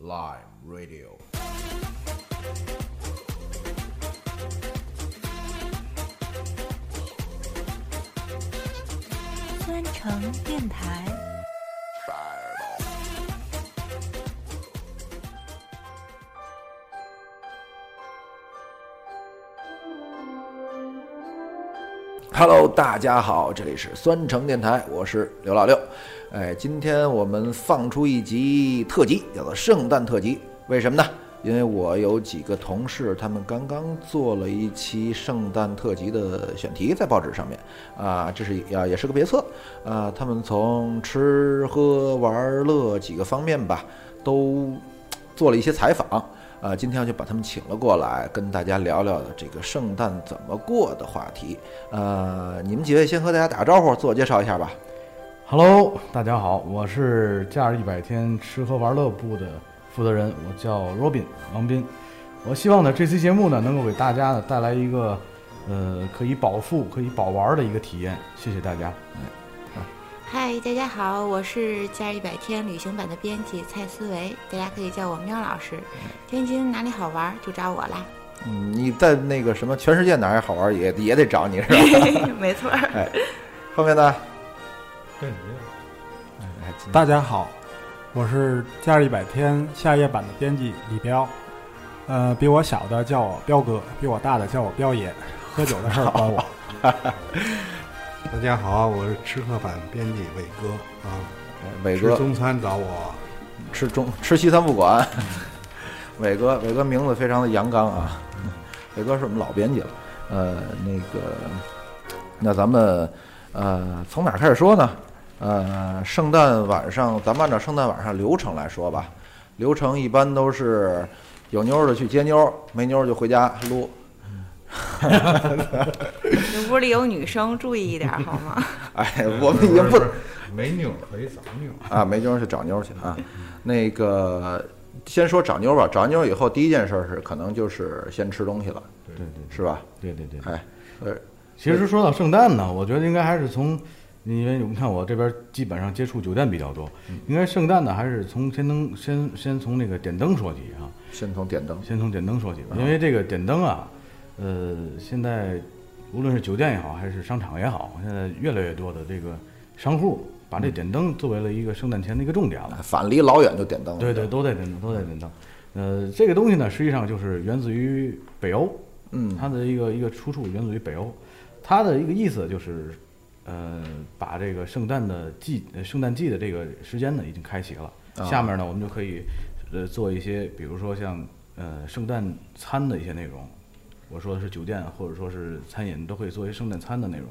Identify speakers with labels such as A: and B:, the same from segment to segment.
A: Lime Radio。
B: 酸橙电台。
A: Hello，大家好，这里是酸橙电台，我是刘老六。哎，今天我们放出一集特辑，叫做圣诞特辑。为什么呢？因为我有几个同事，他们刚刚做了一期圣诞特辑的选题，在报纸上面啊，这是啊也是个别册啊，他们从吃喝玩乐几个方面吧，都做了一些采访。啊，今天就把他们请了过来，跟大家聊聊这个圣诞怎么过的话题。呃，你们几位先和大家打个招呼，自我介绍一下吧。
C: Hello，大家好，我是假日一百天吃喝玩乐部的负责人，我叫 Robin 王斌。我希望呢，这期节目呢，能够给大家呢带来一个，呃，可以饱腹、可以饱玩的一个体验。谢谢大家。
D: 嗨，大家好，我是《假日一百天》旅行版的编辑蔡思维，大家可以叫我喵老师。
C: 嗯
D: 天津哪里好玩儿就找我 啦。
A: 嗯，你在那个什么全世界哪儿好玩也也得找你是吧？
D: 没错儿，
A: 后面呢？哎
E: 嗯大家好，我是《假日一百天》夏夜版的编辑李彪。呃，比我小的叫我彪哥，比我大的叫我彪爷。喝酒的事儿 管我。
F: 大家好，我是吃喝版编辑伟哥啊，
A: 哎伟
F: 吃
A: 哥
F: 中餐找我，
A: 吃中吃西餐不管。伟哥，伟哥名字非常的阳刚啊。伟哥是我们老编辑了。呃，那个，那咱们呃从哪儿开始说呢？呃，圣诞晚上，咱们按照圣诞晚上流程来说吧。流程一般都是有妞儿的去接妞儿，没妞儿就回家撸。
D: 这屋里有女生，注意一点儿好 吗？
A: 哎，
C: 嗯
A: 我们已经不能
G: 没妞儿可以找妞儿，
A: 啊，没妞儿去找妞儿去啊。那个，先说找妞儿吧。找妞儿以后，第一件事儿是可能就是先吃东西了，
C: 对对
A: 是吧？
C: 对对对对。
A: 哎，呃，
C: 其实说到圣诞呢，我觉得应该还是从，因为你看我这边基本上接触酒店比较多，
A: 嗯
C: 应该圣诞呢还是从先灯先先从那个点灯说起啊。
A: 先从点灯。
C: 先从点灯说起吧，
A: 嗯
C: 因为这个点灯啊，呃，现在无论是酒店也好，还是商场也好，现在越来越多的这个商户把
A: 嗯
C: 这点灯作为了一个圣诞前的一个重点了。
A: 反离老远就点灯了。
C: 对对，都在点灯，都在点灯。呃，这个东西呢，实际上就是源自于北欧，
A: 嗯
C: 它的一个一个出处源自于北欧，它的一个意思就是，呃，把这个圣诞的季呃圣诞季的这个时间呢已经开启了，
A: 啊
C: 下面呢我们就可以，呃，做一些比如说像呃圣诞餐的一些内容，我说的是酒店或者说是餐饮都可以做一些圣诞餐的内容。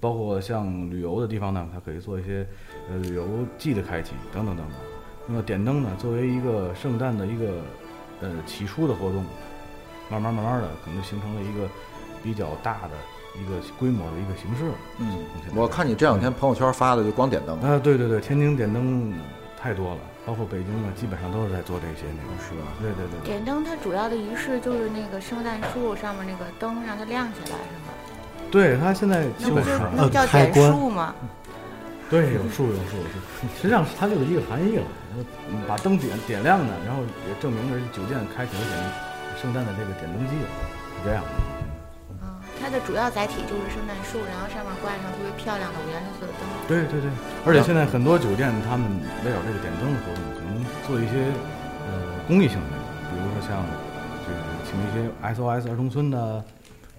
C: 包括像旅游的地方呢，它可以做一些呃旅游季的开启等等等等。那么点灯呢，作为一个圣诞的一个呃起初的活动，慢慢慢慢的可能就形成了一个比较大的一个规模的一个形式。
A: 嗯
C: 从现在
A: 我看你这两天朋友圈发的就光点灯了，
C: 啊，对对对，天津点灯太多了，包括北京呢，基本上都是在做这些内容。
A: 是吧？
C: 对对对对。
H: 点灯它主要的仪式就是那个圣诞树上面那个灯让它亮起来，是吗？
C: 对它现在基
D: 那不
C: 本
D: 就
C: 上，呃
D: 那不叫点数吗？
C: 对有数有数有数，实际上它就是一个含义了，嗯把灯点点亮呢，然后也证明了是酒店开启了点圣诞的这个点灯季了，是这样的。
H: 啊，它的主要载体就是圣诞树，然后上面挂上特别漂亮的五颜六色的灯。
C: 对对对，而且现在很多酒店他们围绕这个点灯的活动，可能做一些呃公益性的，比如说像就是请一些 SOS 儿童村的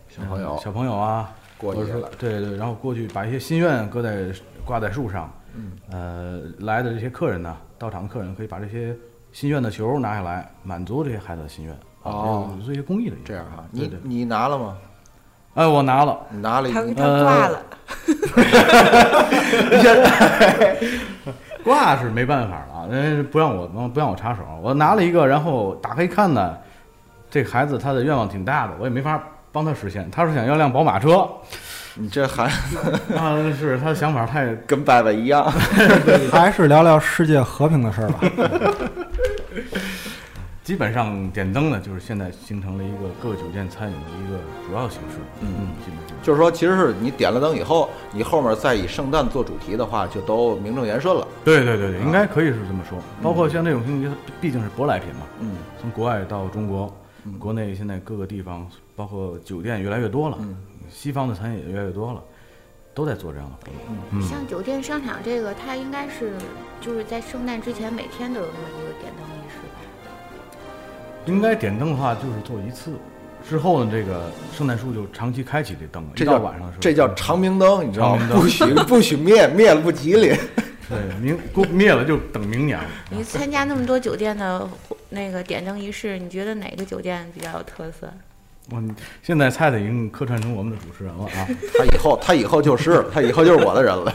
A: 小朋友
C: 嗯小朋友啊，
A: 过
C: 或者
A: 夜
C: 说
A: 了
C: 对对，然后过去把一些心愿搁在挂在树上，
A: 嗯
C: 呃，来的这些客人呢，到场的客人可以把这些心愿的球拿下来，满足这些孩子的心愿。
A: 哦
C: 啊，做一些公益的一些
A: 这样哈、
C: 对
A: 你
C: 对，
A: 你拿了吗？
C: 哎，我拿了，呃
A: 你拿了一
D: 他
A: 个，
D: 他挂了，
C: 挂是没办法了啊，人家不让我不让我插手，我拿了一个，然后打开看呢，这孩子他的愿望挺大的，我也没法帮他实现。他是想要辆宝马车，
A: 你这还
C: 啊，是他的想法太
A: 跟爸爸一样。
E: 还是聊聊世界和平的事儿吧。
C: 基本上点灯呢，就是现在形成了一个各个酒店餐饮的一个主要形式。嗯嗯，基本上
A: 就是说，其实是你点了灯以后，你后面再以圣诞做主题的话，就都名正言顺了。
C: 对对对对，应该可以是这么说。包括像这种星级，它毕竟是舶来品嘛，
A: 嗯，
C: 从国外到中国，国内现在各个地方，包括酒店越来越多了，
A: 嗯
C: 西方的餐饮也越来越多了，都在做这样的活动。嗯，
H: 像酒店、商场这个，它应该是就是在圣诞之前每天都有那么一个点灯仪式吧？
C: 应该点灯的话就是做一次，之后呢，这个圣诞树就长期开启这灯了，
A: 这
C: 一到
A: 叫
C: 晚上的时候
A: 这叫长明灯，你知道吗？
C: 长
A: 不许不许灭，灭了不吉 利。
C: 对明过灭了就等明年了。
H: 你参加那么多酒店的那个点灯仪式，你觉得哪个酒店比较有特色？
C: 哇，你现在菜菜已经客串成我们的主持人了啊！
A: 他以后他以后就是了他以后就是我的人了。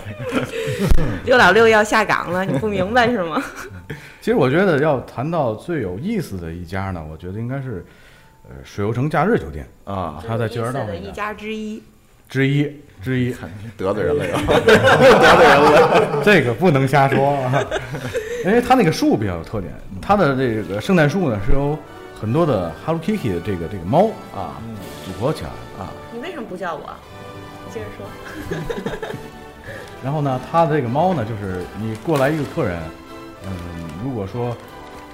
H: 六老六要下岗了，你不明白是吗？
C: 其实我觉得要谈到最有意思的一家呢，我觉得应该是，呃，水游城假日酒店
A: 啊，
C: 它在聚园道
H: 的
C: 那
H: 一
C: 家
H: 家之一，
C: 之一之一，
A: 得罪人了又。
C: 这个不能瞎说，啊， 因为它那个树比较有特点，它的这个圣诞树呢是由很多的 Hello Kitty 的这个这个猫啊组合起来的啊，
H: 你为什么不叫我？接着说，
C: 然后呢，它的这个猫呢，就是你过来一个客人，嗯，如果说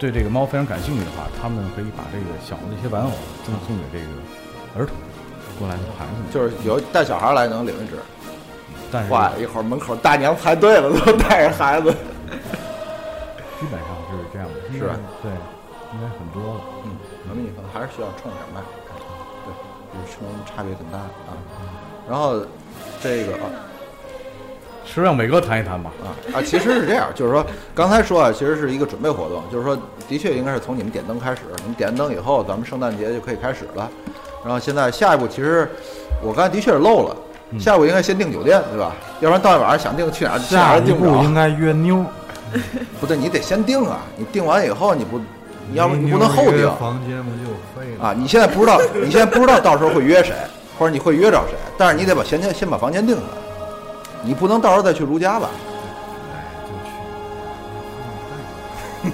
C: 对这个猫非常感兴趣的话，他们可以把这个小的一些玩偶赠送给这个儿童过来的孩子们。
A: 就是有带小孩来能领一只，
C: 但是
A: 坏了一会儿门口大娘排队了，都带着孩子。
C: 基本上是这样的，
A: 是吧
C: 嗯对，应该很多了。
A: 嗯，咱们以后还是需要冲点麦，对，这声音差别挺大啊。然后这个啊
C: 是让伟哥谈一谈吧？
A: 啊啊，其实是这样，就是说刚才说啊，其实是一个准备活动，就是说的确应该是从你们点灯开始，你们点完灯以后，咱们圣诞节就可以开始了。然后现在下一步，其实我刚才的确是漏了。
E: 嗯
A: 下一步应该先订酒店，对吧？要不然到晚上想订去哪儿，去哪
E: 下
A: 儿
E: 一
A: 订不着
E: 步应该约妞，
A: 不对，你得先定啊！你定完以后，你不，你要不你不能后啊
F: 一
A: 定
F: 个房间不就废了？
A: 啊！你现在不知道，你现在不知道到时候会约谁，或者你会约着谁，但是你得把先先先把房间定了，你不能到时候再去如家吧？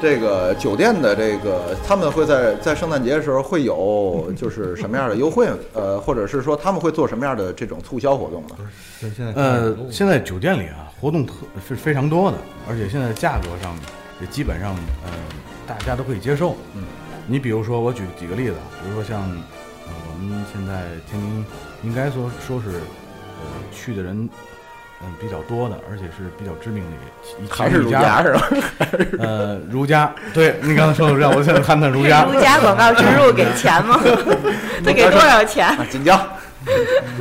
A: 这个酒店的这个，他们会在在圣诞节的时候会有就是什么样的优惠？呃，或者是说他们会做什么样的这种促销活动呢？
F: 这现在
C: 呃，现在酒店里啊，活动特是非常多的，而且现在价格上也基本上呃大家都可以接受。嗯，你比如说我举几个例子啊，比如说像呃我们现在天津应该说说是呃去的人嗯、比较多的，而且是比较知名的一
A: 还是如
C: 一家
A: 家是 吧？
C: 呃儒家，对你刚才说儒家，我现在看看儒 家，
H: 如家广告植入给钱吗？得给多少钱？
A: 啊，锦江
F: 那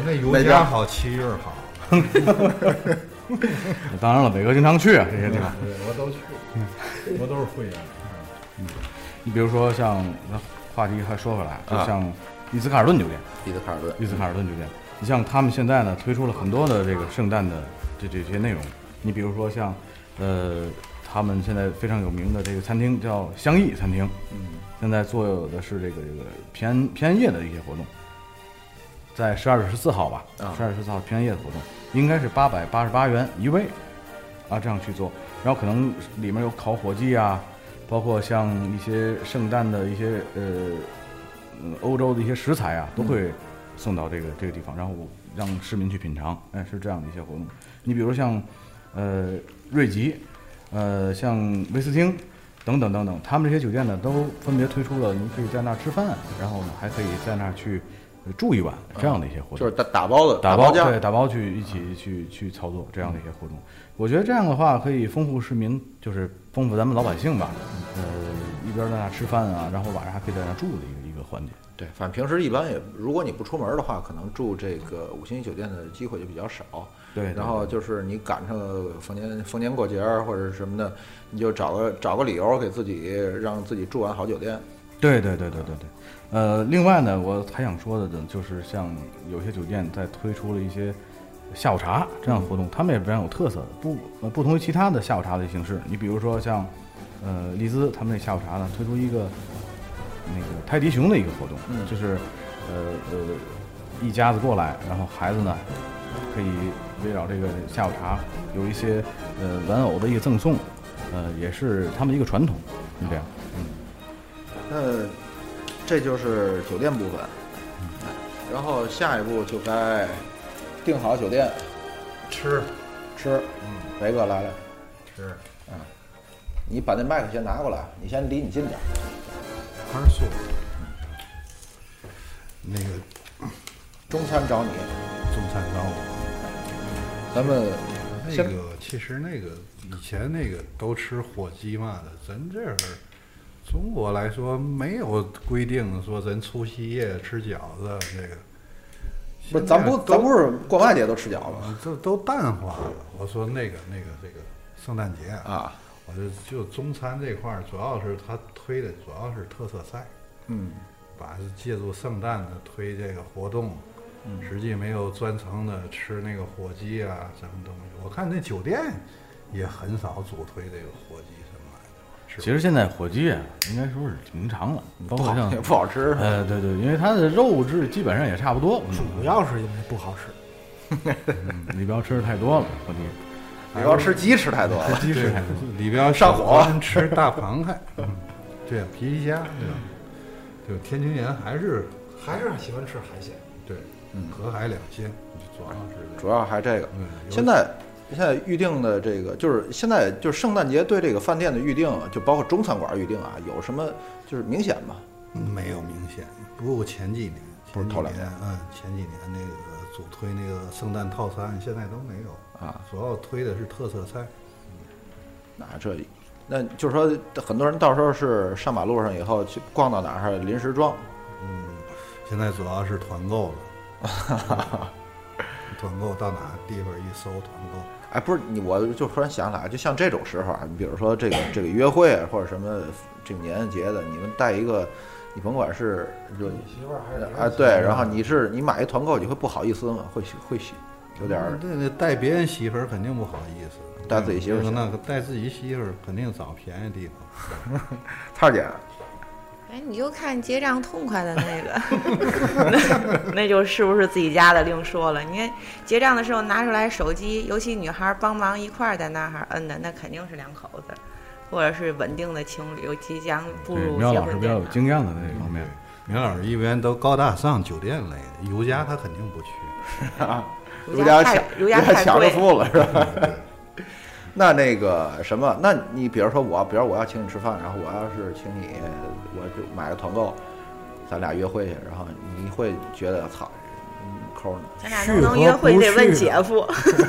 A: 那
F: 尤
A: 家
F: 家好，七月好，
C: 当然了，伟哥经常去啊这些地方。
G: 对我都去，我都是会员。
C: 你比如说像那话题还说回来，就
A: 啊
C: 像伊斯卡尔顿酒店，
A: 彼得卡尔顿
C: 伊斯卡尔顿酒店，你像他们现在呢推出了很多的这个圣诞的这这些内容，你比如说像呃他们现在非常有名的这个餐厅叫香溢餐厅，嗯，现在做的是这个这个平安平安夜的一些活动，在十二月十四号吧
A: 啊，
C: 十二月十四号平安夜的活动应该是八百八十八元一位，啊这样去做，然后可能里面有烤火鸡啊，包括像一些圣诞的一些呃嗯欧洲的一些食材啊，都会送到这个这个地方，然后让市民去品尝，哎是这样的一些活动。你比如像呃瑞吉，呃像威斯汀。等等等等，他们这些酒店呢，都分别推出了，您可以在那儿吃饭，然后呢，还可以在那儿去呃住一晚，这样的一些活动。
A: 就是打打包的
C: 打
A: 包间
C: 对打包去一起去去操作这样的一些活动。我觉得这样的话可以丰富市民，就是丰富咱们老百姓吧。呃，一边在那吃饭啊，然后晚上还可以在那住的一个一个环节。
A: 对，反正平时一般也，如果你不出门的话，可能住这个五星级酒店的机会就比较少。
C: 对对
A: 然后就是你赶上逢年逢年过节儿或者是什么的，你就找个找个理由给自己让自己住完好酒店。
C: 对对对对对对。呃，另外呢，我还想说的呢，就是像有些酒店在推出了一些下午茶这样的活动，他们也非常有特色的，不呃不同于其他的下午茶的形式。你比如说像呃丽兹他们那下午茶呢，推出一个那个泰迪熊的一个活动，就是呃呃一家子过来，然后孩子呢可以围绕这个下午茶有一些呃玩偶的一个赠送，呃，也是他们一个传统，是这样。
A: 那这就是酒店部分，哎然后下一步就该订好酒店
I: 吃
A: 吃。北哥来来，
I: 吃，
A: 你把那麦克先拿过来，你先离你近点儿。
F: 还是素。那个
A: 中餐找你，
F: 中餐高，
A: 咱们
F: 那
A: 先
F: 个其实那个以前那个都吃火鸡嘛的，咱这儿中国来说没有规定说咱除夕夜吃饺子这个。
A: 不是，咱不
F: 现
A: 咱
F: 在都
A: 不是过外节都吃饺子
F: 啊，这都淡化了。我说那个那个这个圣诞节啊，
A: 啊？
F: 我就就中餐这块儿，主要是他推的主要是特色菜，
A: 嗯，
F: 把借助圣诞的推这个活动，实际没有专程的吃那个火鸡啊什么东西。我看那酒店也很少主推这个火鸡什么 玩意儿，是吧
C: 其实现在火鸡啊，应该说是挺常了，包括像
A: 也嗯不好吃。
C: 呃，对对，因为它的肉质基本上也差不多，嗯
E: 主要是因为不好吃。
C: 嗯你不要吃的太多了，火鸡
A: 你要吃鸡吃太多了，
C: 鸡翅
F: 对
C: 还不
F: 里边儿啊
A: 上火
F: 喜欢吃大螃 蟹，嗯对啊，皮皮虾，对吧？就天津人还是
I: 还是喜欢吃海鲜。
F: 对，河海两鲜，主要是这个
A: 主要还这个。
F: 嗯，有
A: 现在现在预定的这个，就是现在就是圣诞节对这个饭店的预定，就包括中餐馆预定啊，有什么就是明显吗？
F: 没有明显，不过前几年，
A: 不是
F: 前几
A: 头两
F: 年，嗯，前几年那个主推那个圣诞套餐，现在都没有
A: 啊，
F: 主要推的是特色菜，
A: 那这，那就是说很多人到时候是上马路上以后去逛到哪儿还是临时装，
F: 嗯，现在主要是团购 了，嗯团购到哪地方一搜团购，
A: 哎，不是你，我就突然想起来，就像这种时候啊，你比如说这个这个约会啊，或者什么这个年夜节的，你们带一个，你甭管是就
I: 你媳妇儿还是
A: 啊对，然后你是你买一团购，你会不好意思吗？会会有点儿
F: 那个嗯带别人媳妇儿肯定不好意思，
A: 带自己媳妇儿
F: 那个那个带自己媳妇儿肯定找便宜地方，
A: 太姐，
J: 哎，你就看结账痛快的那个。
K: 那就是不是自己家的另说了。你看结账的时候拿出来手机，尤其女孩儿帮忙一块儿在那儿摁的，那肯定是两口子，或者是稳定的情侣，即将步
C: 对，
K: 入
C: 苗
K: 结
C: 老师
K: 婚
C: 比
K: 殿
C: 较有
J: 啊
K: 堂。
C: 经验的那方面，
F: 明老师一般都高大上酒店类的，尤家他肯定不去，
K: 儒家
A: 家抢
K: 太儒家太
A: 抢
K: 贵，
A: 着付了是吧？那那个什么，那你比如说我，比如我要请你吃饭，然后我要是请你，我就买个团购，咱俩约会去，然后你会觉得操，嗯抠呢？
K: 咱俩能不能约会得问姐夫。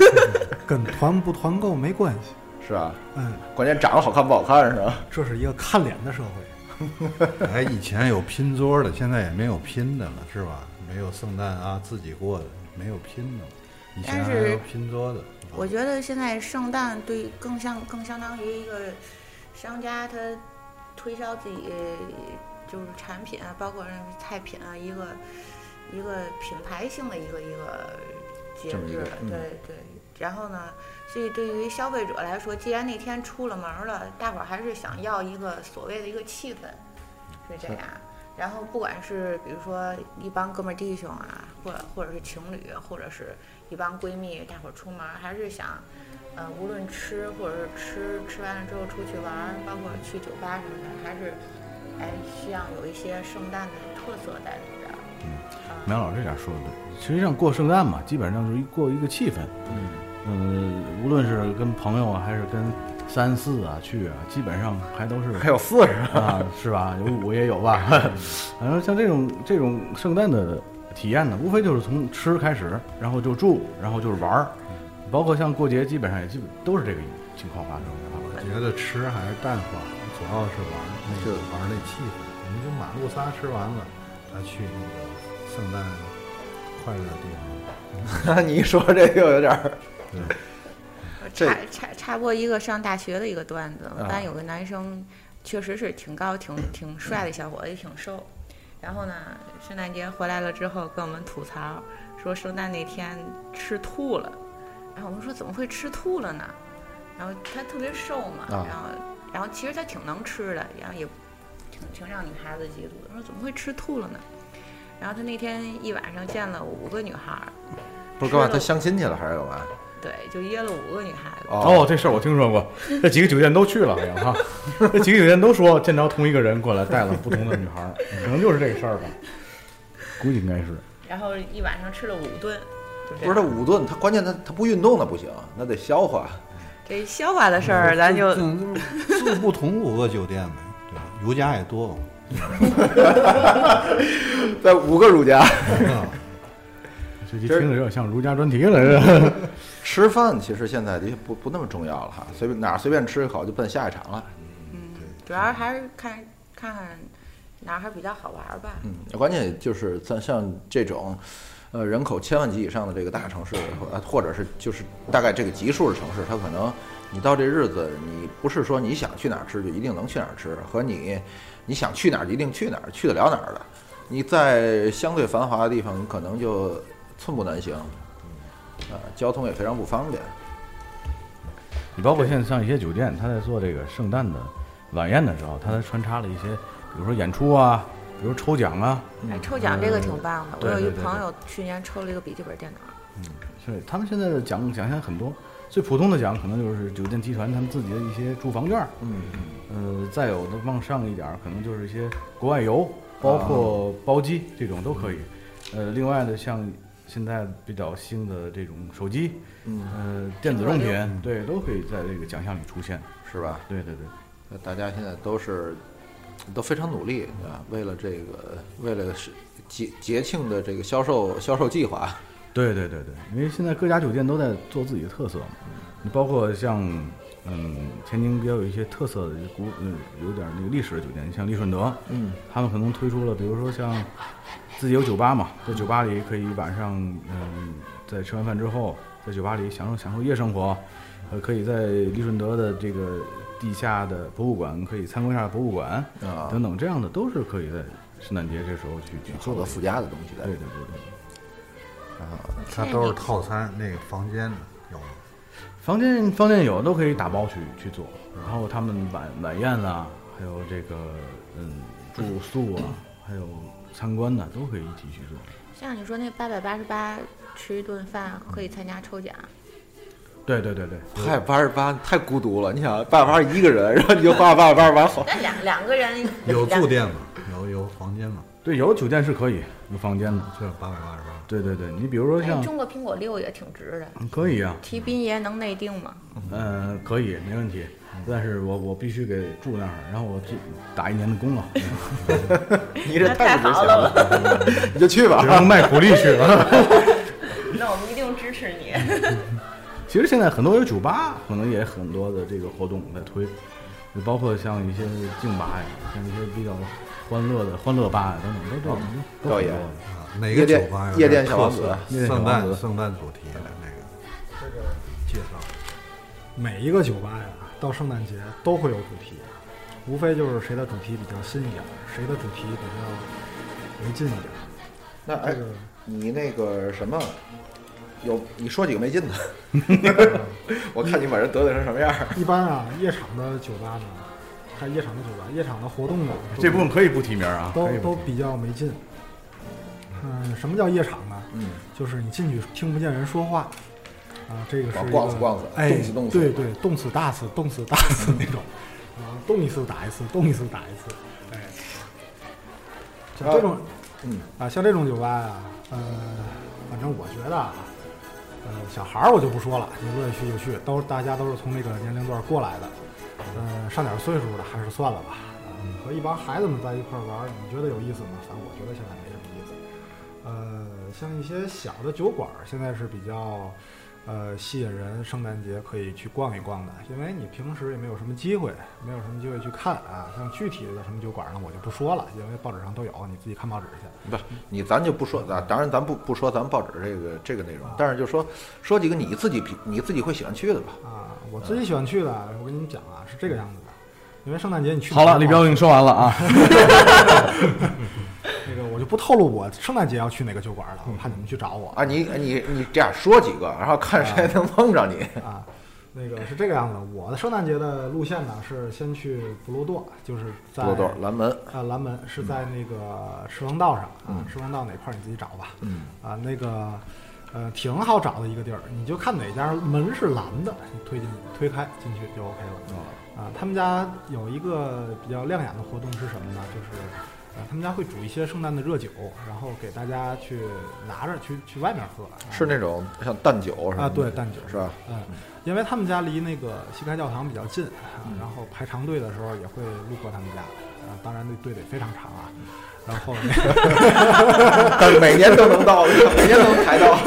E: 跟团不团购没关系，
A: 是吧？
E: 嗯，
A: 关键长得好看不好看是吧？
E: 这是一个看脸的社会。
F: 哎，以前有拼桌的，现在也没有拼的了，是吧？没有圣诞啊，自己过的，没有拼的了。以前
J: 但是
F: 还有拼桌的，
J: 我觉得现在圣诞对更像更相当于一个商家他推销自己就是产品啊，包括菜品啊，一个一个品牌性的一个一个节
A: 这么一
J: 日
A: 个
J: 了，
A: 嗯
J: 对对。然后呢，所以对于消费者来说，既然那天出了门儿了，大伙儿还是想要一个所谓的一个气氛，是这样。然后不管是比如说一帮哥们儿弟兄啊，或者或者是情侣，或者是一帮闺蜜，大伙儿出门儿还是想，呃，无论吃或者是吃吃完了之后出去玩儿，包括去酒吧什么的，还是哎需要有一些圣诞的特色在里边儿。呃
C: 苗老师这点说的对。实际上过圣诞嘛，基本上是一过一个气氛，嗯，无论是跟朋友啊，还是跟三四啊去啊，基本上还都是
A: 还有四十，
C: 啊，是吧？有我也有吧。 反正像这种这种圣诞的体验呢，无非就是从吃开始，然后就住，然后就是玩儿，包括像过节，基本上也基本都是这个情况发生
F: 我
C: 的。
F: 觉得吃还是淡化，主要是玩儿那个玩儿那气氛。你就马路仨吃完了，他去那个圣诞快乐的地方。
A: 你一说这又有点儿，这
J: 插插插播一个上大学的一个段子，我们
A: 啊
J: 班有个男生，确实是挺高、挺挺帅的小伙子，也挺瘦。然后呢，圣诞节回来了之后，跟我们吐槽说圣诞那天吃吐了。然后我们说怎么会吃吐了呢？然后他特别瘦嘛，
A: 啊
J: 然后然后其实他挺能吃的，然后也挺挺让女孩子嫉妒的。我说怎么会吃吐了呢？然后他那天一晚上见了五个女孩儿，
A: 不是干嘛？
J: 吃
A: 他
J: 了
A: 相亲去了还是干嘛？
J: 对，就约了五个女孩子。
C: 哦，这事儿我听说过，这几个酒店都去了，好像哈，这几个酒店都说见着同一个人过来，带了不同的女孩儿，可能就是这个事儿吧， 估计应该是。
J: 然后一晚上吃了五顿，就这
A: 不是他
J: 样。
A: 五顿，他关键他他不运动那不行，那得消 化。
J: 这消化的事
E: 嗯
J: 儿，咱就
F: 住 住不同五个酒店呗，对吧？如家也多嘛，
A: 在五个儒家
C: 这集听着有点像儒家专题了，这
A: 吃饭，其实现在的确不不那么重要了哈，随便哪儿随便吃一口就奔下一场了。
J: 嗯主要还是看看看哪儿还比较好玩儿吧。
A: 嗯，关键就是像像这种，呃，人口千万级以上的这个大城市，呃或者是就是大概这个级数的城市，它可能你到这日子，你不是说你想去哪儿吃就一定能去哪儿吃，和你你想去哪儿就一定去哪儿，去得了哪儿的。你在相对繁华的地方，可能就寸步难行，啊，交通也非常不方便。
C: 你包括现在像一些酒店，他在做这个圣诞的晚宴的时候，他还穿插了一些，比如说演出啊，比如抽奖啊，
A: 嗯
J: 哎，抽奖这个挺棒的，我
C: 对
J: 有一
C: 对对
J: 朋友去年抽了一个笔记本电脑。
C: 是他们现在的奖奖项很多，最普通的奖可能就是酒店集团他们自己的一些住房券儿，
A: 嗯，
C: 呃，再有的往上一点儿，可能就是一些国外游，包括包机这种都可以。呃，另外的像现在比较新的这种手机，
A: 嗯
C: 呃，电子用品，对，都可以在这个奖项里出现。
A: 是吧？
C: 对对对，
A: 呃大家现在都是都非常努力啊，为了这个，为了是节节庆的这个销售销售计划，
C: 对对对对，因为现在各家酒店都在做自己的特色嘛，你包括像嗯天津比较有一些特色的古嗯有点那个历史的酒店，像利顺德，
A: 嗯，
C: 他们可能推出了，比如说像自己有酒吧嘛，在酒吧里可以晚上嗯在吃完饭之后，在酒吧里享受享受夜生活，呃可以在利顺德的这个地下的博物馆可以参观一下博物馆
A: 啊
C: 等等这样的都是可以在圣诞节这时候去去
A: 好
C: 做
A: 多
C: 的
A: 附加的东西在
C: 对对。对对。
F: 它都是套餐那个房间的有吗？
C: 房间房间有都可以打包去去做，然后他们晚晚宴啊，还有这个嗯住宿啊，还有参观呐、都可以一起去做。
H: 像你说那八百八十八吃一顿饭可以参加抽奖，
C: 对对对对，
A: 太八十八太孤独了，你想八十八一个人，然后你就花八十八八好，
J: 那两两哎个人
F: 有住店吗？有有房间吗？
C: 对有的酒店是可以有房间的。
F: 这八百八十八，
C: 对对对，你比如说
J: 哎，
C: 像
J: 中国苹果六也挺值的。
C: 嗯可以啊，
J: 提宾爷能内定吗？
C: 嗯可以没问题，但是我我必须给住那儿，然后我这打一年的工了，
A: 你这
J: 那太
A: 不值钱
J: 好了，
A: 了，你就去吧
C: 只。能卖苦力去了。 嗯
J: 那我们一定支持你。
C: 其实现在很多有酒吧，可能也很多的这个活动在推，就包括像一些静吧呀，像一些比较欢乐的欢乐吧呀等等，都这
A: 表
C: 都
A: 演
C: 很多
F: 啊哪
A: 夜
F: 个酒
A: 店
F: 吧有
A: 夜
F: 点
A: 店小
F: 特
A: 王子
F: 色
C: 夜店小王
F: 圣诞
C: 子
F: 圣诞主题的那个
G: 这个
F: 介绍？
E: 每一个酒吧呀，到圣诞节都会有主题，无非就是谁的主题比较新一点，谁的主题比较没劲一点。
A: 那哎
E: 这，个
A: 你那个什么，有你说几个没劲的， 我看你把人得罪成什么样儿。
E: 一般啊，夜场的酒吧呢，还夜场的酒吧，夜场的活动呢，都
C: 这部分可以不提名啊，
E: 都
C: 可以不
E: 都
C: 提名
E: 比较没劲。嗯，什么叫夜场呢？
A: 嗯，
E: 就是你进去听不见人说话，啊，这个是
A: 啊
E: 一个
A: 逛死逛死
E: 哎，
A: 动死动死
E: 对对，动次打次，动次打次那种，啊，动一次打一次，动一次打一次，哎，像这种，
A: 嗯
E: 啊，像这种酒吧呀、呃，反正我觉得啊，呃，小孩儿我就不说了，你乐意去就去，都大家都是从这个年龄段过来的，呃，上点岁数的还是算了吧。嗯和一帮孩子们在一块儿玩儿，你觉得有意思吗？反正我觉得现在没什么意思。呃，像一些小的酒馆儿，现在是比较呃吸引人圣诞节可以去逛一逛的，因为你平时也没有什么机会，没有什么机会去看啊。像具体的什么酒馆儿呢，我就不说了，因为报纸上都有，你自己看报纸去。
A: 不，你咱就不说，咱当然咱不不说咱们报纸这个这个内容，但是就说说几个你自己比你自己会喜欢去的吧。
E: 啊，我自己喜欢去的，我跟你们讲啊，是这个样子的。因为圣诞节你去
C: 好了，
E: 哪
C: 李
E: 儿
C: 彪
E: 逛
C: 已经说完了啊，
E: 那个我就不透露我圣诞节要去哪个酒馆儿了，我怕你们去找我
C: 哎
A: 啊，你你你这样说几个，然后看谁能碰着你。
E: 啊，那个是这个样子。我的圣诞节的路线呢是先去布罗多，就是在
A: 多多蓝门，
E: 啊，蓝门是
C: 嗯
E: 在那个赤峰道上啊，赤峰道哪块儿你自己找吧。
A: 嗯，
E: 啊，那个呃，挺好找的一个地儿，你就看哪家门是蓝的，你推进推开进去就 OK
A: 嗯哦
E: 了。啊，他们家有一个比较亮眼的活动是什么呢？就是呃，他们家会煮一些圣诞的热酒，然后给大家去拿着去去外面喝。啊
A: 是那种像淡酒是吧？
E: 啊，对，淡酒
A: 是吧？
E: 嗯，因为他们家离那个西开教堂比较近，啊、然后排长队的时候也会路过他们家，啊，当然那队得非常长啊。然后那个
A: 但是每年都能到，每年都能排到。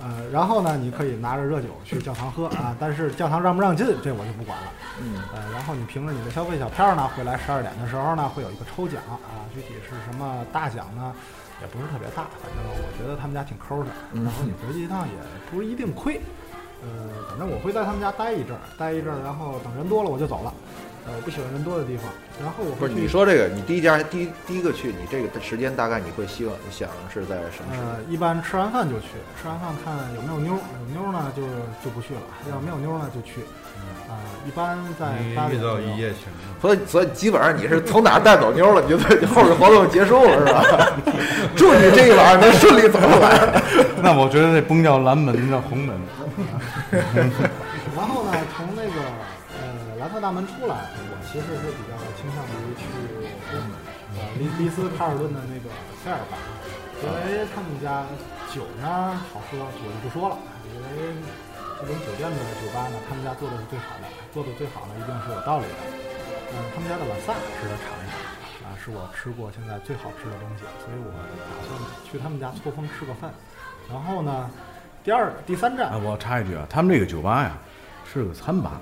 E: 呃，然后呢，你可以拿着热酒去教堂喝啊，但是教堂让不让进，这我就不管了。
A: 嗯，
E: 呃，然后你凭着你的消费小票呢，回来十二点的时候呢，会有一个抽奖啊，具体是什么大奖呢，也不是特别大，反正我觉得他们家挺抠的，然后
A: 嗯
E: 你回去一趟也不一定亏。呃，反正我会在他们家待一阵儿，待一阵儿，然后等人多了我就走了。呃，我不喜欢人多的地方，然后我
A: 不
E: 会
A: 是
E: 去
A: 你说这个，你第一家第一第一个去，你这个时间大概你会希望想是在什么时间？
E: 呃，一般吃完饭就去，吃完饭看有没有妞儿，有妞儿呢就就不去了，要没有妞儿呢就去。啊、一般在八点
F: 嗯你哎遇到
E: 左右
F: 一夜情了，
A: 所以所以基本上你是从哪儿带走妞了，你就在后边活动结束了是吧？ 祝你这一晚上能顺利走过来。
C: 那我觉得这崩叫蓝门，叫红门。
E: 然后呢，从那个呃兰特大门出来，我其实是比较倾向于去嗯呃利利斯卡尔顿的那个塞尔巴，因为他们家酒呢好喝，我就不说了，因为这种酒店的酒吧呢，他们家做的是最好的，做的最好的一定是有道理的。嗯，他们家的瓦萨值得尝一尝。啊，是我吃过现在最好吃的东西，所以我打算去他们家错峰吃个饭。然后呢，第二、第三站
C: 啊，我插一句啊，他们这个酒吧呀，是个餐吧，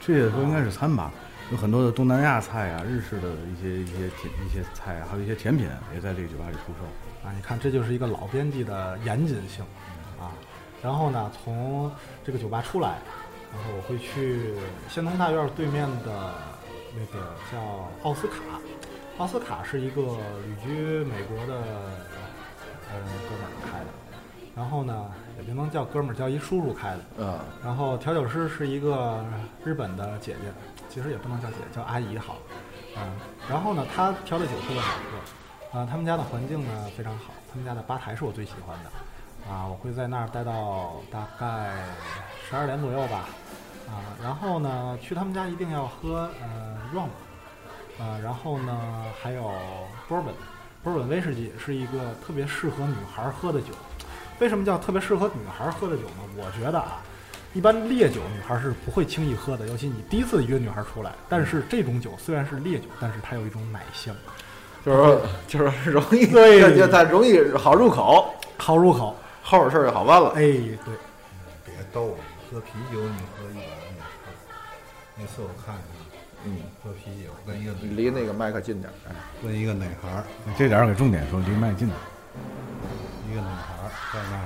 C: 确切地说应该是餐吧，有很多的东南亚菜啊、日式的一些一些甜一些菜啊，还有一些甜品也在这个酒吧里出售。
E: 啊，你看这就是一个老编辑的严谨性啊。然后呢，从这个酒吧出来，然后我会去仙童大院对面的那个叫奥斯卡，奥斯卡是一个旅居美国的呃哥们儿开的，然后呢也不能叫哥们儿，叫一叔叔开的。
A: 啊，
E: 然后调酒师是一个日本的姐姐，其实也不能叫姐，叫阿姨好了。嗯，然后呢，她调的酒特别好喝，啊，他们家的环境呢非常好，他们家的吧台是我最喜欢的，啊，我会在那儿待到大概十二点左右吧，啊，然后呢，去他们家一定要喝呃 rum，呃，然后呢还有波本，波本威士忌是一个特别适合女孩儿喝的酒。为什么叫特别适合女孩儿喝的酒呢？我觉得啊，一般烈酒女孩儿是不会轻易喝的，尤其你第一次约女孩儿出来。但是这种酒虽然是烈酒，但是它有一种奶香，
A: 就是说 就是说容易，
E: 对
A: 感觉它容易好入口，
E: 好入口。
A: 后边事儿就好办了。
E: 哎，对，
F: 别逗了，喝啤酒你喝一晚上也是。那次我看见
A: 嗯，
F: 喝啤酒跟一个
A: 你离那个麦克近点儿。哎
F: 跟一个哪行儿，
C: 这点儿给重点说，离麦近点。
F: 一个女孩儿在那儿，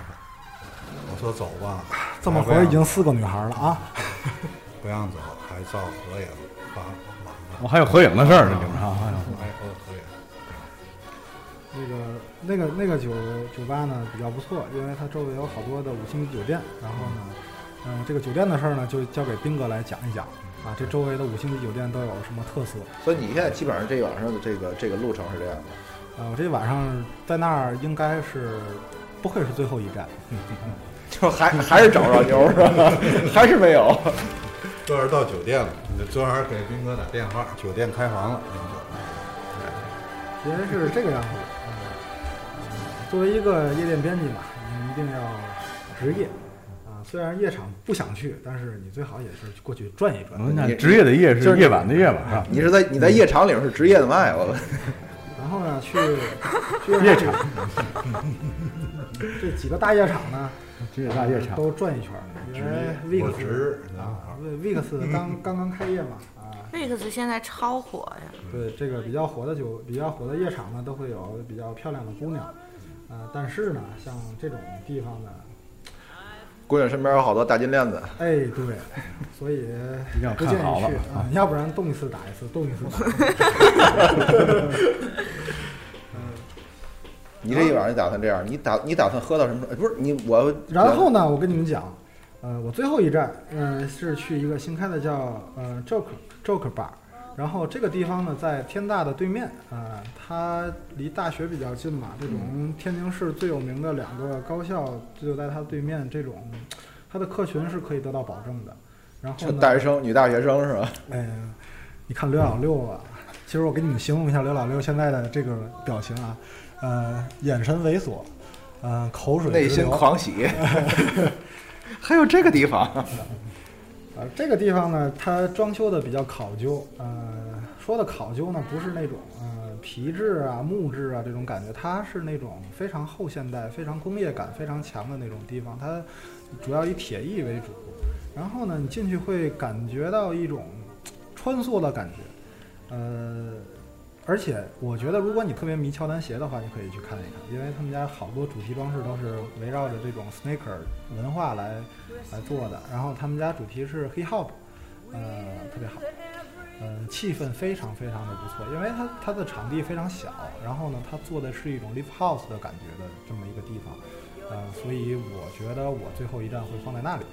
F: 我说走吧，
E: 这么会儿已经四个女孩儿了啊！
F: 不让走，还照合影发网
C: 我、
F: 上，
C: 还有合影的事儿呢，领上。 哎呦
F: 还合合影。
E: 那个那个那个酒酒吧呢比较不错，因为它周围有好多的五星级酒店。然后呢，嗯、这个酒店的事儿呢，就交给斌哥来讲一讲啊。这周围的五星级酒店都有什么特色？
A: 所以你现在基本上这晚上的这个这个路程是这样的。
E: 呃，我这晚上在那儿应该是不愧是最后一站，
A: 就是还还是找不着妞是吧？ 还是没有。
F: 这儿到酒店了，你这昨晚给斌哥打电话，酒店开房了，
E: 因为是这个样子的。嗯嗯作为一个夜店编辑嘛，你一定要职业啊。虽然夜场不想去，但是你最好也是过去转一转。
C: 我看嗯职业的夜
A: 就是是
C: 夜晚的夜晚啊，
A: 你是在你在夜场里面是职业的卖，我
E: 然后呢，去去夜场，这几个大夜场呢，
C: 职业大夜场。
E: 都转一圈儿，因为
F: 我
E: Vix
F: 值
E: 啊，Vix 刚刚刚开业嘛啊。
J: Vix 现在超火呀，
E: 对这个比较火的酒，比较火的夜场呢，都会有比较漂亮的姑娘，呃，但是呢，像这种地方呢，
A: 姑娘身边有好多大金链子，
E: 哎，对，所以
C: 一定要
E: 不
C: 看
E: 建
C: 好
E: 议
C: 了
E: 去
C: 啊
E: 啊，要不然动一次打一次，动一次打一次。
A: 你这一晚上打算这样？你打你打算喝到什么时候？哎不是你我，
E: 然后呢，我跟你们讲，呃，我最后一站，嗯、是去一个新开的叫呃 Joke Joke Bar，呃然后这个地方呢，在天大的对面，呃，它离大学比较近嘛。这种天津市最有名的两个高校就在它对面，这种它的客群是可以得到保证的。然后
A: 就
E: 呢
A: 大学生，女大学生是吧？
E: 哎呀，你看刘老六啊，其实我给你们形容一下刘老六现在的这个表情啊，呃，眼神猥琐，呃，口水
A: 内
E: 直
A: 心
E: 流
A: 狂喜， 还有这个地方，
E: 啊，这个地方呢，它装修的比较考究。呃，说的考究呢，不是那种呃皮质啊、木质啊这种感觉，它是那种非常后现代、非常工业感非常强的那种地方。它主要以铁艺为主，然后呢，你进去会感觉到一种穿梭的感觉。呃，而且我觉得，如果你特别迷乔丹鞋的话，你可以去看一看，因为他们家好多主题装饰都是围绕着这种 sneaker 文化来来做的。然后他们家主题是 hip hop，呃，特别好，呃，气氛非常非常的不错，因为它它的场地非常小，然后呢，它做的是一种 live house 的感觉的这么一个地方。呃，所以我觉得我最后一站会放在那里。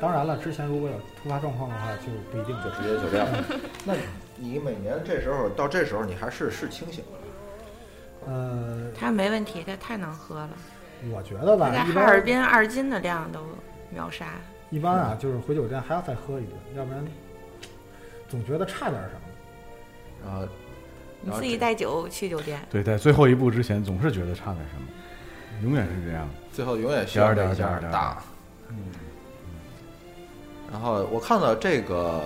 E: 当然了，之前如果有突发状况的话，就不一定
A: 就直接酒店了。 那你每年这时候到这时候，你还是是清醒的，
E: 呃，
J: 他没问题，他太能喝了，
E: 我觉得吧
J: 他，在
E: 一
J: 哈
E: 般
J: 尔滨二斤的量都秒杀。
E: 一般啊，就是回酒店还要再喝一顿，要不然总觉得差点什么。
A: 然后
J: 你自己带酒去酒店，
C: 对，在最后一步之前，总是觉得差点什么，永远是这样。
A: 最后永远需要这一
C: 点
A: 下
C: 儿点儿点儿
A: 大。嗯。然后我看到这个呃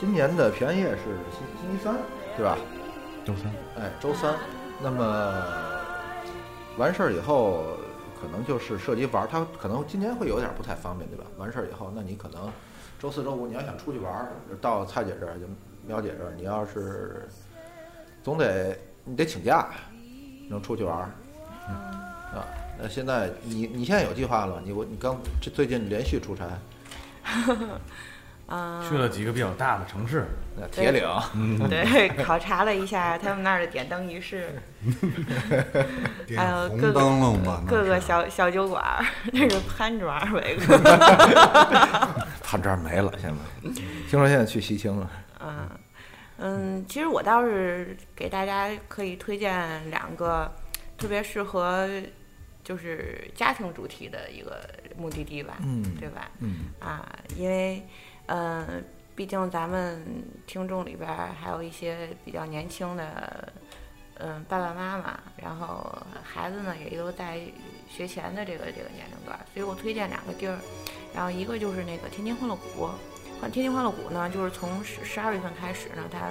A: 今年的平安夜是星星期三，对吧？
C: 周三，
A: 哎，周三。那么完事儿以后，可能就是涉及玩儿，他可能今年会有点儿不太方便，对吧？完事儿以后，那你可能周四周五你要想出去玩儿，到蔡姐这儿就喵姐这儿，你要是总得你得请假，能出去玩儿。
J: 嗯
A: 啊，那现在你你现在有计划了吗？你我你刚这最近连续出差，
J: 嗯，
C: 去了几个比较大的城市，
A: 那铁 岭，
J: 对，考察了一下他们那儿的点灯仪式，
F: 点
J: 还有
F: 红
J: 各个
F: 灯笼吧，啊那
J: 各个
F: 是
J: 小小酒馆儿，这个潘庄儿伟哥，
A: 他这儿没了，现在听说现在去西青了，
J: 嗯嗯，其实我倒是给大家可以推荐两个特别适合就是家庭主题的一个目的地吧，
A: 嗯
J: 对吧？
A: 嗯，
J: 啊，因为，嗯，毕竟咱们听众里边儿还有一些比较年轻的，嗯，爸爸妈妈，然后孩子呢也都在学前的这个这个年龄段儿，所以我推荐两个地儿，然后一个就是那个天津欢乐谷，欢天津欢乐谷呢，就是从十十二月份开始呢，它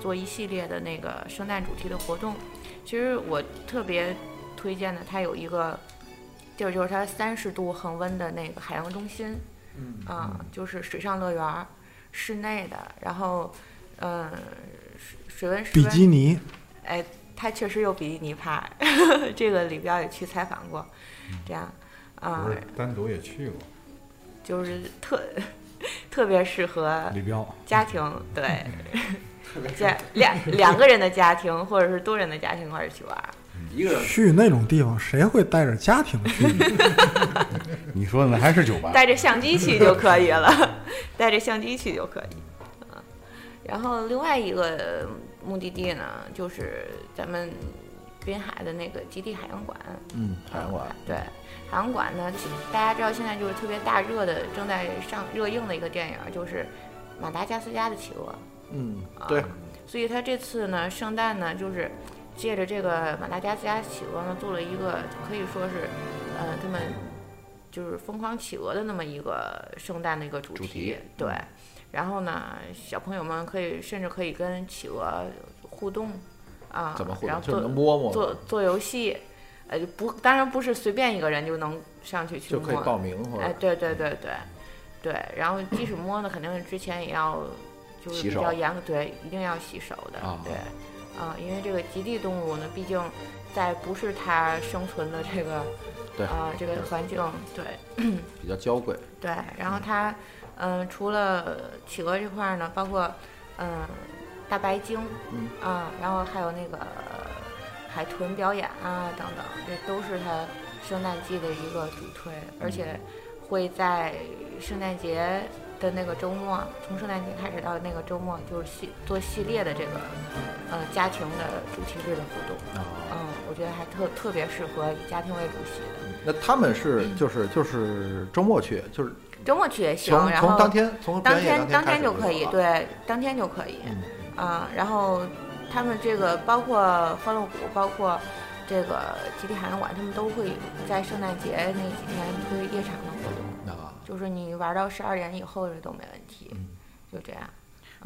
J: 做一系列的那个圣诞主题的活动，其实我特别推荐的，它有一个。地儿就是它三十度恒温的那个海洋中心，
F: 嗯
J: 啊，就是水上乐园儿，室内的，然后，嗯，水水温室
E: 比
J: 温，
E: 基尼，
J: 哎，它确实有比基尼趴， 这个李彪也去采访过，这样，啊
F: 嗯不、是单独也去过，
J: 就是特 特别适合
C: 李彪，
J: 家庭，对， 家两两个人的家庭或者是多人的家庭一块儿去玩儿，
A: 一个人
E: 去那种地方谁会带着家庭去？
C: 你说的呢还是酒
A: 啊
C: 吧？
J: 带着相机去就可 以了，带着相机去就可以。嗯，然后另外一个目的地呢，就是咱们滨海的那个基地海洋馆。
A: 嗯，海洋馆，
J: 对，海洋馆呢，其大家知道现在就是特别大热的，正在上热映的一个电影，就是《马达加斯加的企鹅》。
A: 嗯，
J: 啊
A: 对，
J: 所以他这次呢，圣诞呢，就是借着这个马达加斯加企鹅呢，做了一个可以说是，呃，他们就是疯狂企鹅的那么一个圣诞的一个主题。
A: 主题嗯
J: 对，然后呢，小朋友们可以甚至可以跟企鹅互动啊，
A: 怎么互
J: 然
A: 动？
J: 后
A: 就是
J: 做
A: 能摸摸，
J: 做做游戏，呃，不，当然不是随便一个人就能上去去
A: 就
J: 摸，
A: 可以报名或者
J: 哎，对对对对对，然后即使摸呢，肯定是之前也要就是
A: 洗
J: 比
A: 手
J: 较严格，对，一定要洗手的，
A: 啊
J: 对，啊、因为这个极地动物呢，毕竟在不是它生存的这个
A: 对
J: 啊、这个环境，对
A: 比较娇贵，
J: 对，然后它嗯、
H: 呃
J: 除了企鹅这块儿呢，包括嗯、大白鲸，
A: 嗯
J: 啊、然后还有那个海豚表演啊等等，这都是它
A: 嗯
J: 圣诞季的一个主推，而且会在圣诞节
H: 的那个周末，从圣诞节开始到那个周末，就是系做系列的这个呃家庭的主题日的活动。
A: 啊
H: 嗯，我觉得还特特别适合以家庭为主席的。
A: 那他们是
H: 嗯
A: 就是就是周末去，就是
H: 周末去也行，
A: 从
H: 然
A: 从
H: 后
A: 当天从表
H: 当
A: 演
H: 天当
A: 开始
H: 天就可以，
A: 了，
H: 对，当天就可以。
A: 嗯
H: 啊、然后他们这个包括欢乐谷，包括这个集体海洋馆，他们都会在圣诞节那几天推夜场的活动，
A: 啊，
H: 就是你玩到十二点以后这都没问题，就这样。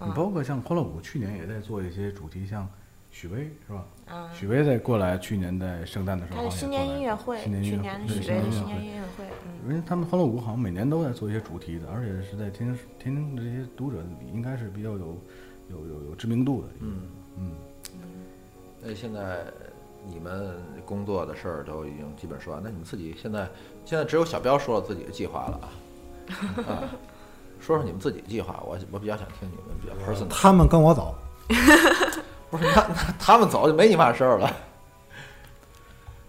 C: 嗯你
H: 嗯
C: 包括像欢乐谷去年也在做一些主题，像许巍是吧？
H: 嗯，
C: 许巍在过来，去年在圣诞的时候
H: 他
C: 好
H: 的
C: 像
H: 新
C: 也过
H: 年
C: 来
H: 音乐会，
C: 新年音
H: 去
C: 乐
H: 年的
C: 会对
H: 许巍的
C: 新
H: 新
C: 年
H: 年
C: 音乐
H: 音乐会，嗯，
C: 会，因为他们欢乐谷好像每年都在做一些主题的，而且是在天津天津的这些读者里应该是比较有有有有知名度的。
A: 嗯。
C: 嗯，
A: 那现在你们工作的事儿都已经基本说完，那你们自己现在现在只有小彪说了自己的计划了啊， 啊，说说你们自己的计划，我我比较想听你们比较 personal。
E: 他们跟我走，
A: 不是，那那他们走就没你嘛事儿了。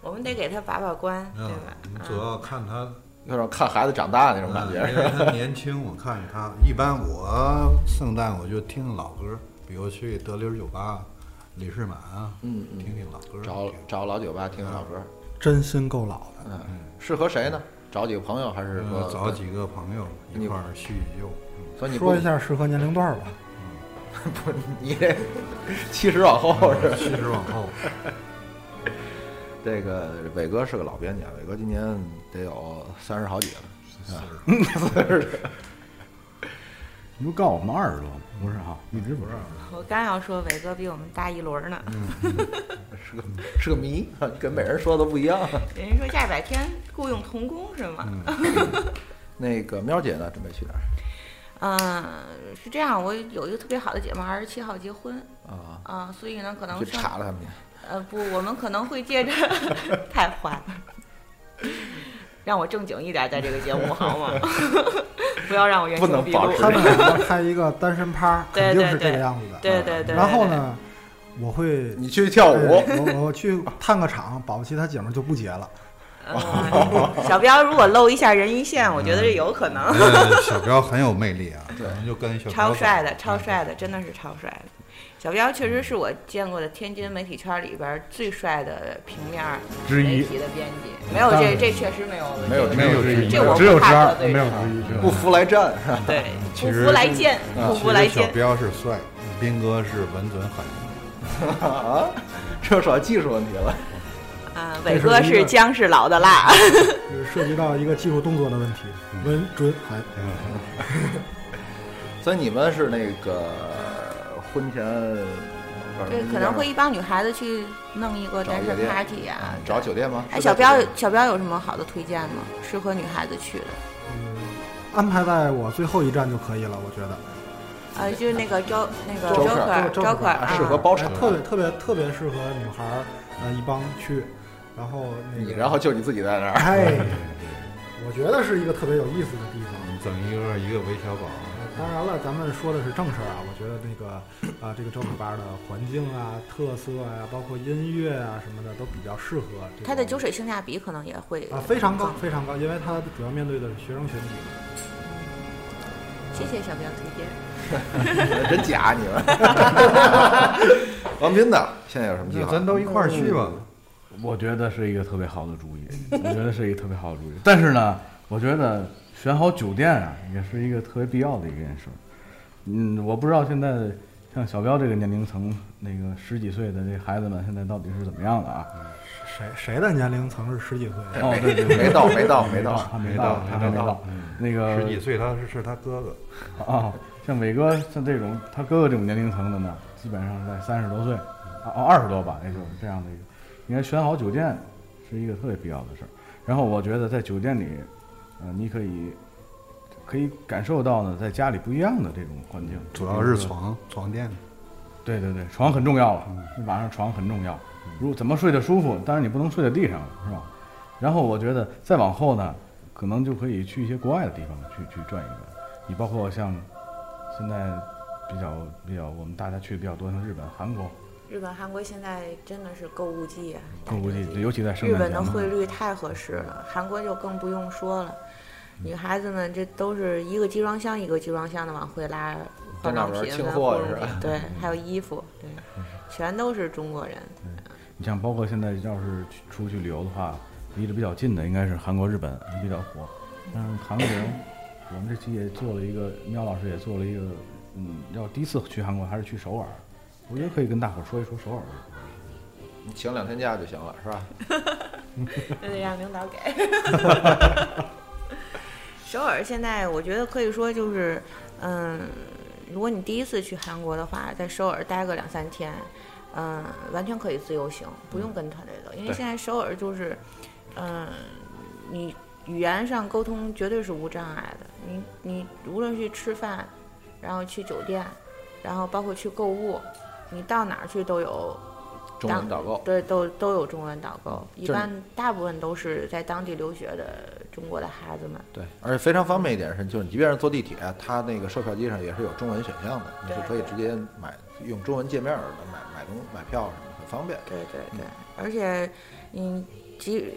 J: 我们得给他把把关，对
F: 嗯
J: 吧？，啊
F: 你主
H: 啊
F: 要看他
A: 那种看孩子长大那种感觉
F: 嗯
A: 是吧？
F: 因为他年轻，我看他一般我圣诞我就听老歌，比如去德林酒吧、李世满啊，
A: 嗯嗯
F: 听听老歌。
A: 找找老酒吧听听老歌，
E: 真心够老的。
A: 嗯，适合谁呢？找几个朋友还是
F: 呃
E: 嗯
A: 说
F: 找？几个朋友
A: 你
F: 一块儿叙一旧。 嗯
A: 所以你不
E: 说一下适合年龄段儿吧，
A: 不， 你这 七十往后是吧？
F: 七十嗯往后，
A: 这个伟哥是个老编辑，啊，伟哥今年得有三十好几了。
C: 你不告诉我们二十多吗？不是哈，一直不是。
J: 我刚要说伟哥比我们大一轮呢，
C: 嗯
A: 是个是个谜， 跟每人说的不一样。
J: 人家说下百天雇佣童工是
C: 嗯
J: 吗？
A: 那个喵姐呢，准备去哪儿
J: 嗯，是这样，我有一个特别好的姐们儿，二十七号结婚
A: 啊？
J: 啊、所以呢，可能
A: 去
J: 圣
A: 查了他们去。
J: 呃不，我们可能会借着 太坏了，让我正经一点，在这个节目好吗？ 不要让我原
A: 不能
J: 形毕
A: 保
J: 露。
A: 持
E: 他们俩要开一个单身趴，
J: 对
E: 肯定是
J: 对
E: 这个样子的。
J: 对对对。
E: 然后
J: 对？
E: 呢，我会
A: 你去跳舞，
E: 对我我去探个场，保不齐他姐们儿就不结了。
J: 对 嗯小彪如果露一下人鱼线，我觉
A: 嗯
J: 得这有可能。
F: 呃小彪很有魅力啊，
A: 啊对
F: 咱们就跟小彪
J: 超
F: 走
J: 帅的，超帅的，真的是超帅的。小彪确实是我见过的天津媒体圈里边儿最帅的平面儿
G: 之
J: 媒
G: 一
J: 体的编辑，没有这这确实没有
A: 没有
J: 这个
A: 没有
J: 这
A: 之一
J: 这我不
G: 只有
J: 怕
G: 之二
J: 得，罪
G: 没有
J: 人
G: 之一，只有
A: 不服来战。
J: 对，
F: 其
J: 不
F: 实啊
J: 服来见，不
F: 嗯其
J: 服来
F: 实小
J: 见。
F: 彪是帅，斌哥是稳准狠。
A: 啊，这属于技术问题了。
J: 啊，
E: 这
J: 伟
E: 是
J: 哥
E: 一
J: 是
E: 个
J: 姜是老的辣，
E: 就是涉及到一个技术动作的问题，
A: 嗯
E: 稳准狠。
A: 所以你们是那个婚前，反
J: 对
A: 正，
J: 可能会一帮女孩子去弄一个单
A: 找夜
J: 身
A: 店嗯
J: party 啊。
A: 找酒店吗？
J: 哎，
A: 是
J: 小
A: 在
J: 彪
A: 酒店，
J: 小彪有什么好的推荐吗？适合女孩子去的？
E: 嗯安排在我最后一站就可以了，我觉得。
J: 呃，就是那个周那个
A: 周
J: 周
A: 克
J: 克
A: 尔
J: 尔周克尔
A: 啊
J: 啊，
A: 适合包场。
E: 特别特别特别适合女孩儿，呃，一帮去，然后那
A: 你
E: 个，
A: 然后就你自己在那儿，
E: 哎，我觉得是一个特别有意思的地方。
F: 我们整一个一个韦小宝，
E: 当然了，咱们说的是正事儿啊，我觉得那个啊、这个周口吧的环境啊、特色啊，包括音乐啊什么的，都比较适合这种。
J: 它的酒水性价比可能也会
E: 啊非常高，非常高，因为它主要面对的是学生群体。
J: 谢谢小彪推荐。
A: 真假你们。王斌呢？现在有什么计
F: 那
A: 划？
F: 咱都一块儿去吧。
C: 我觉得是一个特别好的主意，我觉得是一个特别好的主意。 但是呢，我觉得选好酒店啊，也是一个特别必要的一件事儿。嗯，我不知道现在像小彪这个年龄层，那个十几岁的这孩子们现在到底是怎么样的啊？
E: 谁谁的年龄层是十几岁？啊
C: 哦，对对，对
A: 没到，没到，没到。
C: 还没到，还没到。
F: 嗯
C: 那个
F: 十几岁他是是他哥哥，
C: 啊，像伟哥像这种他哥哥这种年龄层的呢，基本上在三十多岁，啊哦二十多吧，也就是这样的一个，应该选好酒店是一个特别必要的事儿。然后我觉得在酒店里，呃，你可以可以感受到呢，在家里不一样的这种环境，
F: 主要是床床垫。
C: 对对对，床很重要了，晚上床很重要。如果怎么睡得舒服，当然你不能睡在地上了，是吧？然后我觉得再往后呢，可能就可以去一些国外的地方去去转一转。你包括像现在比较比较我们大家去的比较多，像日本、韩国
J: 日本、韩国现在真的是购物季啊，
C: 购物
J: 大
C: 季
J: 折，季
C: 尤其在圣
J: 日
C: 诞节
J: 本的
C: 嘛
J: 汇率太合适了，韩国就更不用说了。女孩子们这都是一个集装箱一个集装箱的往回拉化妆
L: 到哪儿
J: 品
L: 清
J: 啊、
L: 货
J: 护
L: 是
J: 肤
L: 吧
J: 品，对，还有衣服，对，全都是中国人。
C: 你像包括现在要是去出去旅游的话，离得比较近的应该是韩国、日本比较火。但是韩国人，我们这期也做了一个，喵老师也做了一个，嗯，要第一次去韩国还是去首尔，我觉得可以跟大伙儿说一说首尔。
A: 你请两天假就行了，是吧？
J: 那得让领导给。首尔现在我觉得可以说就是，嗯，如果你第一次去韩国的话，在首尔待个两三天，嗯，完全可以自由行，不用跟团队走，因为
A: 对
J: 现在首尔就是，嗯，你语言上沟通绝对是无障碍的，你你无论去吃饭，然后去酒店，然后包括去购物，你到哪儿去都有
A: 中文导购，
J: 对，都都有中文导购，一
A: 就是
J: 般大部分都是在当地留学的中国的孩子们。
A: 对，而且非常方便一点是，就是你即便是坐地铁，它那个售票机上也是有中文选项的，你是
J: 对
A: 可以直接买用中文界面儿的买买东买票什么的，很方便。
J: 对对对，而且，嗯，即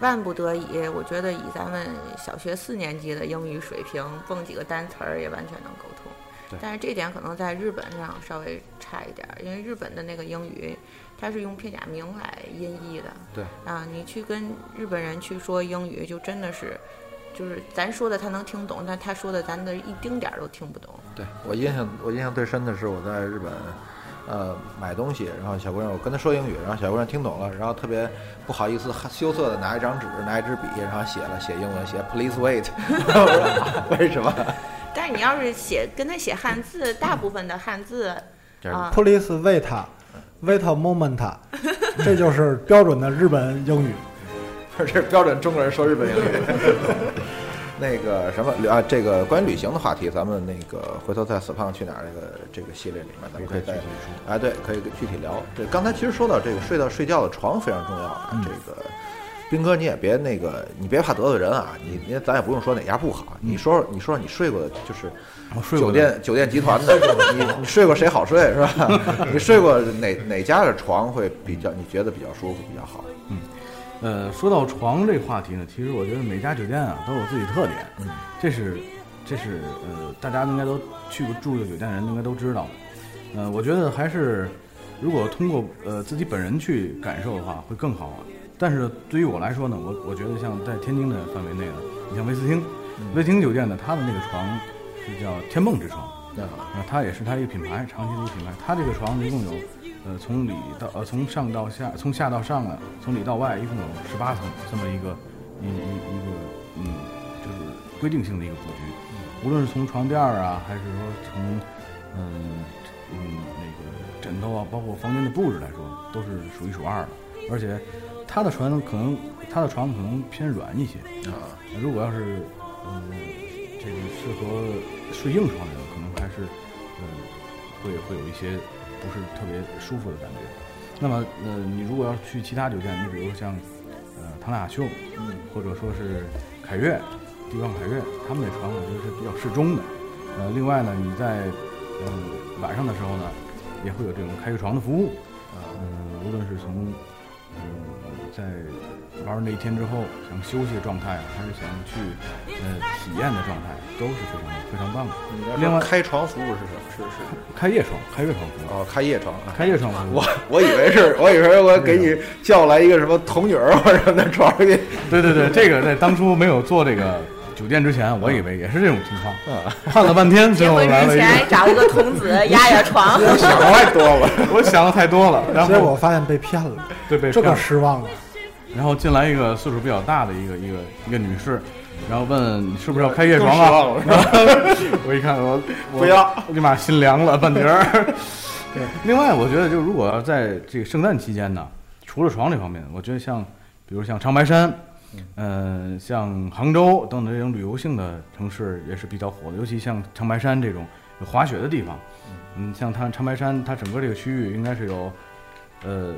J: 万不得已，我觉得以咱们小学四年级的英语水平，蹦几个单词儿也完全能沟通
A: 对。
J: 但是这点可能在日本上稍微差一点儿，因为日本的那个英语，它是用片假名来音译的。
A: 对
J: 啊，你去跟日本人去说英语，就真的是，就是咱说的他能听懂，但他说的咱的一丁点儿都听不懂。
A: 对我印象我印象最深的是我在日本，呃，买东西，然后小姑娘我跟她说英语，然后小姑娘听懂了，然后特别不好意思羞涩的拿一张纸拿一支笔，然后写了写英文写 Please wait，我说为什么？
J: 但是你要是写跟他写汉字，大部分的汉字
A: 这
J: 啊，
E: Police wait wait a moment，这就是标准的日本英语。
A: 这是标准中国人说日本英语。 那个什么啊，这个关于旅行的话题，咱们那个回头在《死胖去哪儿》这个这个系列里面，咱们可以再哎对，可以具体聊。这刚才其实说到这个睡到睡觉的床非常重要啊，这个。斌哥，你也别那个，你别怕得罪人啊！你你咱也不用说哪家不好，你说说你说说你睡过的就是
C: 我哦睡
A: 酒
C: 过的
A: 店酒店集团的，你你睡过谁好睡是吧？ 你睡过哪哪家的床会比较你觉得比较舒服比较好？
C: 呃，说到床这话题呢，其实我觉得每家酒店啊都有自己特点，这是这是呃大家应该都去过住过酒店的人应该都知道。呃，我觉得还是如果通过呃自己本人去感受的话会更好啊。但是对于我来说呢，我我觉得像在天津的范围内呢，你像威斯汀，威斯汀酒店呢，它的那个床是叫天梦之床，
A: 那
C: 啊，它也是它一个品牌，长期的一个品牌。它这个床一共有，呃，从里到呃从上到下，从下到上啊，从里到外，一共有十八层这么一个一一一个嗯，就是规定性的一个布局。无论是从床垫儿啊，还是说从嗯嗯那个枕头啊，包括房间的布置来说，都是数一数二的。而且它的床可能它的床可能偏软一些啊。如果要是嗯这个适合睡硬床的人，可能还是嗯会会有一些不是特别舒服的感觉。那么呃，你如果要去其他酒店，你比如像呃唐纳雅秀，嗯，或者说是凯悦、帝冠凯悦，他们的床我觉得是比较适中的。呃，另外呢，你在嗯晚上的时候呢，也会有这种开个床的服务。嗯，无论是从嗯在玩儿那一天之后想休息的状态，还是想去呃体验的状态，都是非常非常棒的。另外，
A: 开床服务是什么？是是
C: 开夜床，开夜床服务，
A: 哦，开夜床啊！
C: 开夜床服务
A: 我，我以为 是，我以为我给你叫来一个什么童女儿或者什么的床上给你，
C: 对对对，这个在当初没有做这个酒店之前，我以为也是这种情况，
A: 嗯
C: 看了半天，最
J: 结
C: 后
J: 婚
C: 来
J: 之
C: 了一
J: 前
C: 个，
J: 找一个童 子压压床，
A: 想的太多 了。
C: 我想的太多了，然
E: 结果
C: 后
E: 发现被骗了，
C: 对被
E: 这
C: 骗了
E: 可失望了。
C: 然后进来一个岁数比较大的一个一个一个女士，然后问你是不是要开夜床啊？然后我一看我我
A: 不要，
C: 我 立马心凉了半截 儿。对，另外我觉得就是如果要在这个圣诞期间呢，除了床这方面，我觉得像比如像长白山，嗯、像杭州等等这种旅游性的城市也是比较火的，尤其像长白山这种有滑雪的地方，嗯，像它长白山它整个这个区域应该是有，呃，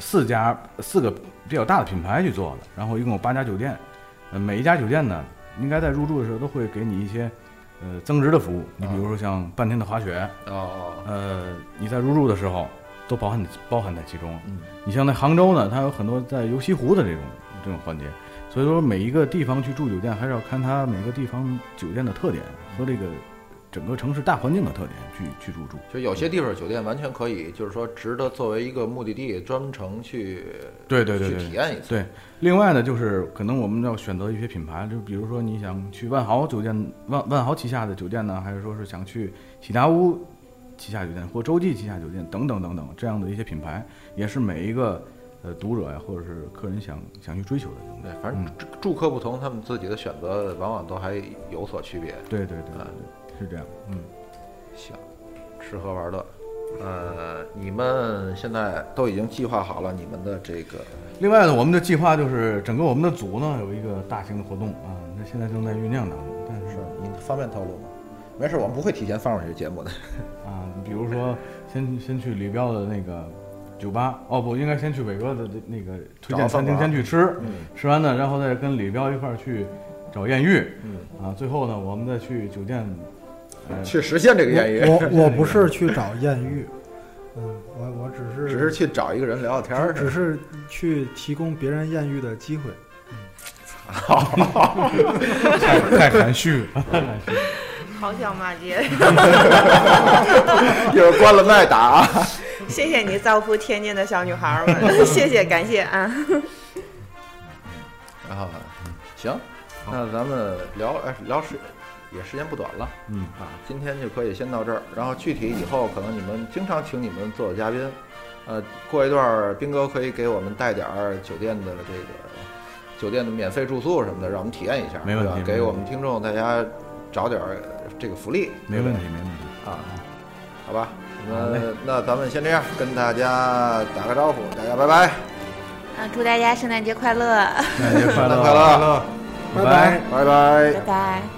C: 四家四个比较大的品牌去做的，然后一共有八家酒店，呃，每一家酒店呢，应该在入住的时候都会给你一些呃增值的服务，你比如说像半天的滑雪，
A: 哦，
C: 呃，你在入住的时候都包嗯含包含在其中。你像在杭州呢，它有很多在游西湖的这种这种环节，所以说每一个地方去住酒店，还是要看它每个地方酒店的特点和这个整个城市大环境的特点去去入住。
A: 就有些地方酒店完全可以，就是说值得作为一个目的地专程去
C: 对对对
A: 去
C: 对
A: 体验一次。
C: 对，另外呢，就是可能我们要选择一些品牌，就比如说你想去万豪酒店、万万豪旗下的酒店呢，还是说是想去喜达屋旗下酒店或洲际旗下酒店等等等等这样的一些品牌，也是每一个呃读者呀或者是客人想想去追求的东西。
A: 对，嗯反正住住客不同，他们自己的选择往往都还有所区别。
C: 对对对
A: 啊
C: 对，是这样。嗯，
A: 行，吃喝玩乐，呃，你们现在都已经计划好了你们的这个
C: 另外呢，我们的计划就是整个我们的组呢有一个大型的活动啊，那现在正在酝酿当中，但是
A: 是你方便透露吗？没事，我们不会提前放上去节目的。
C: 啊，比如说先先去李彪的那个酒吧，哦不，应该先去伟哥的这那个推荐餐厅先去吃，
A: 嗯
C: 吃完呢，然后再跟李彪一块儿去找艳遇，
A: 嗯
C: 啊，最后呢，我们再去酒店，呃，
A: 去实现这个艳遇，
E: 我我不是去找艳遇，嗯，我我只是
A: 只是去找一个人聊聊天儿。
E: 只是去提供别人艳遇的机会。
C: 太太含蓄了，太含蓄了。
D: 好想骂街，
A: 一会儿关了麦打 啊。
J: 谢谢你造福天津的小女孩儿们， 谢谢感谢啊！
A: 然后行，那咱们聊哎聊时也时间不短了，
C: 嗯
A: 啊，今天就可以先到这儿。然后具体以后可能你们经常请你们做嘉宾，呃，过一段儿斌哥可以给我们带点儿酒店的这个酒店的免费住宿什么的，让我们体验一下，
C: 没问题
A: 对吧
C: 没问题
A: 给我们听众大家找点儿这个福利，
C: 没问题，没问题。
A: 啊，好吧，
C: 好嘞
A: 那那咱们先这样，跟大家打个招呼，大家拜拜，
H: 嗯，祝大家圣诞节快乐，
C: 圣诞节快
A: 圣诞
C: 乐，啊
A: 快乐，
C: 拜拜
A: 拜拜
H: 拜拜。